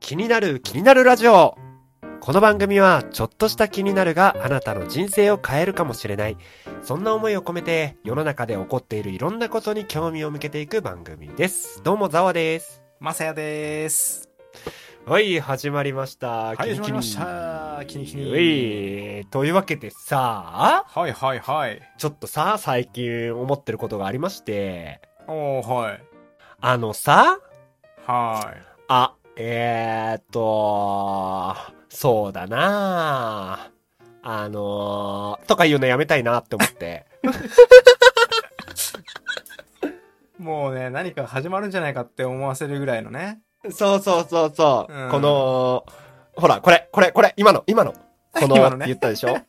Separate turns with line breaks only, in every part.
気になる気になるラジオこの番組はちょっとした気になるがあなたの人生を変えるかもしれないそんな思いを込めて世の中で起こっているいろんなことに興味を向けていく番組ですどうもざわです
まさやです。
はい始まりました
はい、始まりました。キニキニ。
ういというわけでさあ
はいはいはい。
ちょっとさあ最近思ってることがありまして
おー、はい。
あのさ
は
あえー、っとそうだなあのとか言うのやめたいなって思って
い。もうね、何か始まるんじゃないかって思わせるぐらいのね。
そうそうそうそう。
うん
この、ほら、これ、これ、これ、今の、 今の。この、
今のね
って言ったでしょ
はい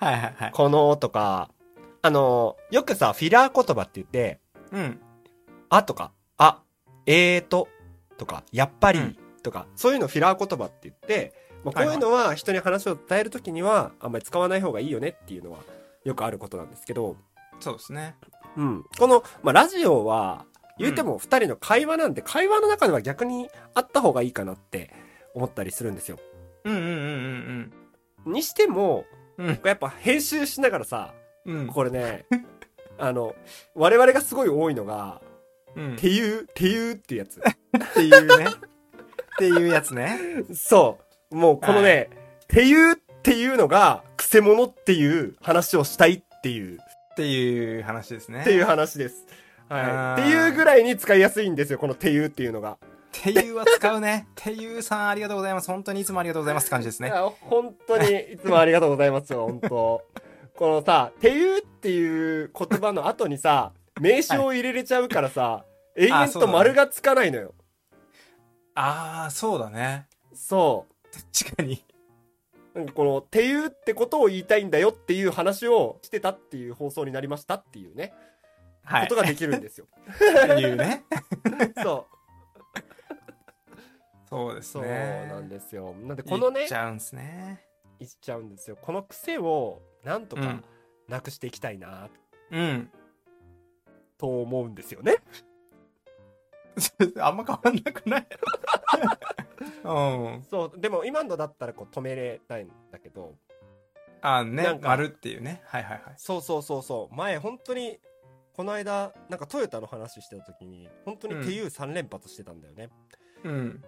はいはい。
このとか、あの、よくさ、フィラー言葉って言って、
うん。
あとか、あ、えーと、とか、やっぱり、
うん
とか、そういうのフィラー言葉って言って、まあ、こ
はいう
い
はいう
のは人に話を伝えるときには、あんまり使わない方がいいよねっていうのは、よくあることなんですけど、
そうですね。
うん。この、まあ、ラジオは、言うても二人の会話なんで、会話の中では逆にあった方がいいかなって思ったりするんですよ。
うんうんうん
にしても、
うん
やっぱ編集しながらさ
うんうん。うん。
これねあの我々がすごい多いのが
うん。
「
って
いう」「ていう」っていうやつ
ていうね。っていうやつね。
そうもうこのね「ていう」っていうのが「くせ者」っていう話をしたいっていう
っていう話ですね。。
っていうう話です、は
あ
い、
ー
っていうぐらいに使いやすいんですよこの「ていう」っていうのが、
ていうは使うね。ていうさんありがとうございます。本当にいつもありがとうございますって感じですね。
あ本当にいつもありがとうございますよ本 当このさ「ていう」っていう言葉の後にさ名詞を入れれちゃうからさ、永
あ
遠
そう
と
だね
丸がつかないのよ
あー、そうだね。
そ
確かに。
う。なんかこの、ていうってことを言いたいんだよっていう話をしてたっていう放送になりましたっていうね、
はい。
ことができるん ですよ。
っていうね。
そ
そうで
う。
す
そう
ね。
なんですよ。なんで
こ
こ
の
の
ね。
ね
いっち、ゃうんですね。
いっちゃうんですよ。この癖を、なんと
う
か
ん
なくしていきたいな、
うん。
と思うんですよね。
あんま変わんな くないうん。
そう。でも今のだったらこう止めれないんだけど、
あ
な
ね
ん、か
丸っていうね。はいはいはい。
そうそうそうそう。前、本当に、この間、なんかトヨタの話してた時に、本当にていう3連発してたんだよね。
うん。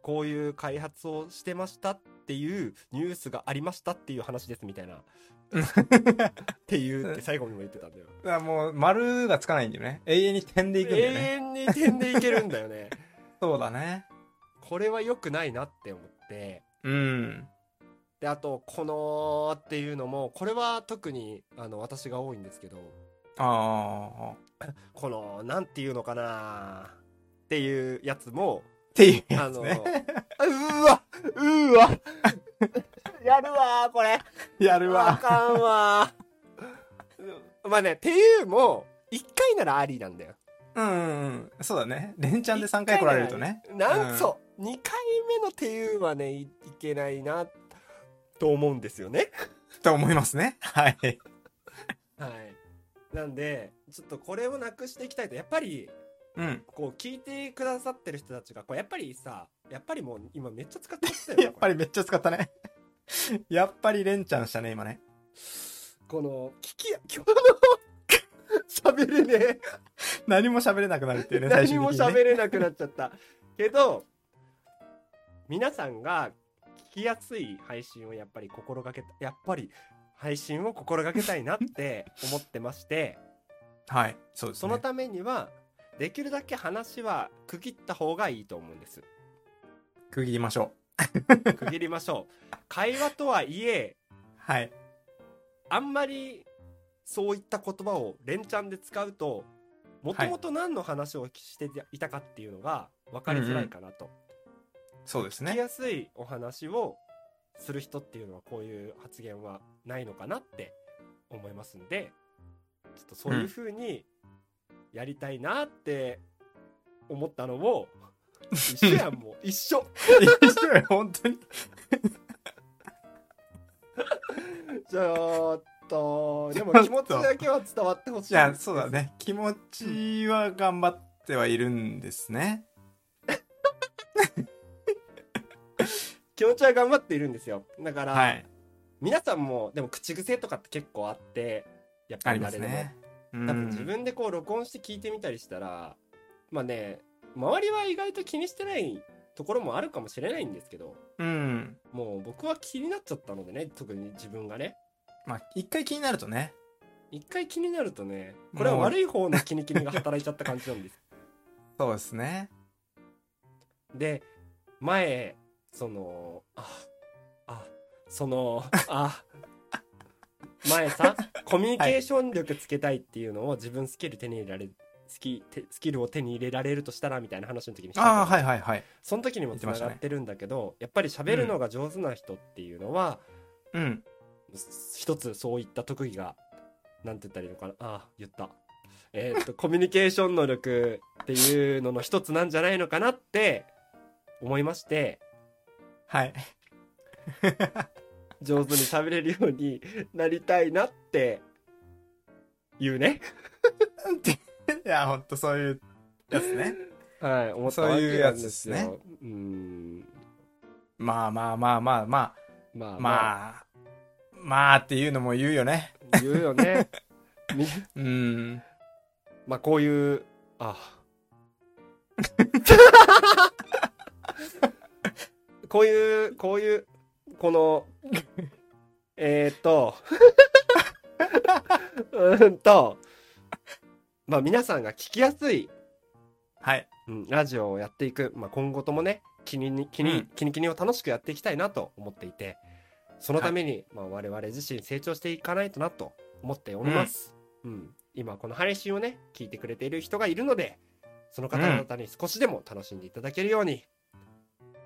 こういう開発をしてましたっていうニュースがありましたっていう話ですみたいな。っていうって最後にも言ってたんだよ。
だからもう、丸がつかないんだよね。永遠に点でいくんだよね。
永遠に点でいけるんだよね。
そうだね。
これは良くないなって思って。
うん。
で、あと、このっていうのも、これは特に、あの、私が多いんですけど、
ああ。
この、なんていうのかなっていうやつも、
っていう
あ
やつ
の、
ね。
あうーわうーわやるわー、これ
やる
わ
わ。
かんわ。まあね、ていうも、一回ならありなんだよ。
うんうんうん。そうだね。連チャンで3回来られるとね。
一回ならあり。なん、
うん
そう。二回目のていうはね、いいけないな、と思うんですよね。
と思いますね。はい。
はい。なんで、ちょっとこれをなくしていきたいと、やっぱり、
うん。
こう、聞いてくださってる人たちが、こうやっぱりさ、やっぱりもう今めっちゃ使ってますよね。
やっぱ
り。
りめっちゃ使ったね。やっぱり連チャンしたね、今ね。
この、聞き、今日の喋れねえ。
何も喋れなくなるっていうね、最
何
終
も
的に
喋
ね。
れなくなっちゃった。けど、皆さんが聞きやすい配信をやっぱり心がけた、やっぱり配信を心がけたいな って思ってまして、
はい。そうです
そ
ね。
のためには、できるだけ話は区切った方がいいと思うんです。
区切りましょ
区切りましょう。会話とはいえ、
う。はい。
あんまりそういった言葉を連チャンで使うと、もともと何の話をしていたかっていうのが分かりづらいかなと。
そうです
聞き
ね。
やすいお話をする人っていうのはこういう発言はないのかなって思いますんで、ちょっとそういう風にやりたいなって思ったの を、一緒やんもう一緒
一緒よ、本当に。
ちょっと、でも
ちょっと
気持ちだけは伝わってほしい。
じゃあ、そうだ。ね。 気持ちは頑張ってはいるんですね。
気持ちは頑張っているんですよ。だから、
はい。
皆さんも、でも口癖とかって結構あって、やっぱ
あ
り
りま
誰
す
でも。
ね。う
多分
ん
自分でこう録音して聞いてみたりしたら、まあね、周りは意外と気にしてないところもあるかもしれないんですけど、
うん。
もう僕は気になっちゃったのでね、特に自分がね。
まあ、一回気になるとね。
一回気になるとね、これは
もう
悪い方の気に気にが働いちゃった感じなんです。
そうですね。
で、前、その、あ、あ、そ の、あ、前さ、コミュニケーション力つけたいっていうのを自分スキル手に入れられ、スキてスキルを手に入れられるとしたらみたいな話の時にしたじゃん
ああ、はいはいはい。
その時にもつながってるんだけど、やっぱり喋るのが上手な人っていうのは、
うん。
一つそういった特技がなんて言ったらいいのかなああ言ったえ ーっとコミュニケーション能力っていうのの一つなんじゃないのかなって思いまして
はい。
上手に喋れるようになりたいなっていうね
いや、ほんとそういうやつ ね。
はい思った
そう
わ
いう
け
や
なん
つ
で
ですす
よ
ね
うーん
まあまあまあまあま
まあ
あ。
ま
まあ。まあっていうのも言うよね。
あ言うよ ねみ
うん。
まあこういうああこういうこういうこのえーっと うーんとまあ皆さんが聞きやすい、
はい。
うん、ラジオをやっていく、まあ、今後ともね気にに気に、
うん
気に気にを楽しくやっていきたいなと思っていてそのために、まあ、我々自身成長していかないとなと思っております、うん今この配信をね聞いてくれている人がいるのでその方々に少しでも楽しんでいただけるように、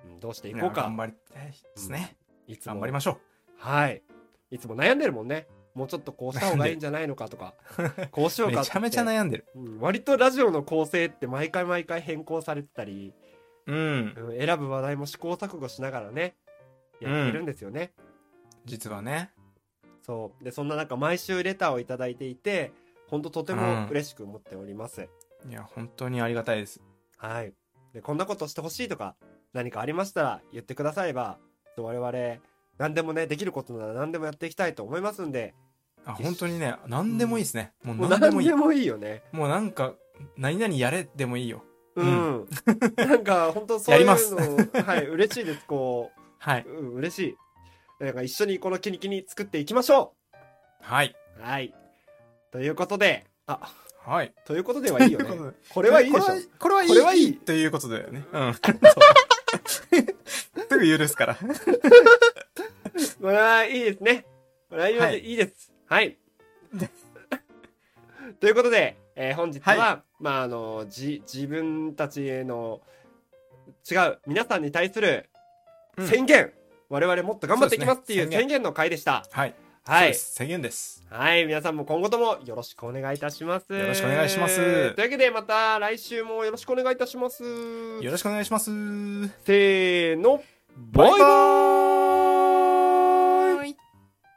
うんどうしていこうか
頑張りたいですね。
いつも
頑張りましょ
はいいつも悩んでるもんねもうちょっとこうした方がいいんじゃないのかとか こうし
う。
ようか
め
って
ちゃめちゃ悩んでる。
うん割とラジオの構成って毎回毎回変更されてたり
うん。
うん選ぶ話題も試行錯誤しながらねやってるんですよね、
実はね。
そうでそんな中毎週レターを頂いただいていてほんととても嬉しく思っております、
いや、本当にありがたいです。
はいでこんなことしてほしいとか何かありましたら言ってくだされば我々何でもねできることなら何でもやっていきたいと思いますんで
あ、本当にね、何でもいいですね。も
も
う
う
何で
何
もいい
で。もいいよね
もうなんか、何々やれでもいいよ。
う、
うんん
なんか本当そういう
やります
の はい嬉しいですこ
はい。
う、うん、嬉しいなんか一緒にこのキニキニ作っていきましょ
はい。
うはいということであ
はい。
ということではいいよね。これはいいでしょ。
これこれはいい。
これはいい
ということだよね。 うん。そうすぐ許すから。
これはいいですね。これはいいわ
はい
いいです。はい。 ということで、えー本日は、
は
まあ、あの、じ、自分たちへの、違う、皆さんに対する
うん
宣言、我々もっと頑張っていきますってい
そう
う
ですね
宣言の回でした。
はい。
は
そう
い
です。宣言です。
はい。皆さんも今後ともよろしくお願いいたします。
よろしくお願いします
というわけで、また来週もよろしくお願いいたします。
よろしくお願いします。
せーの、
バイ
バ
バ
イバーイ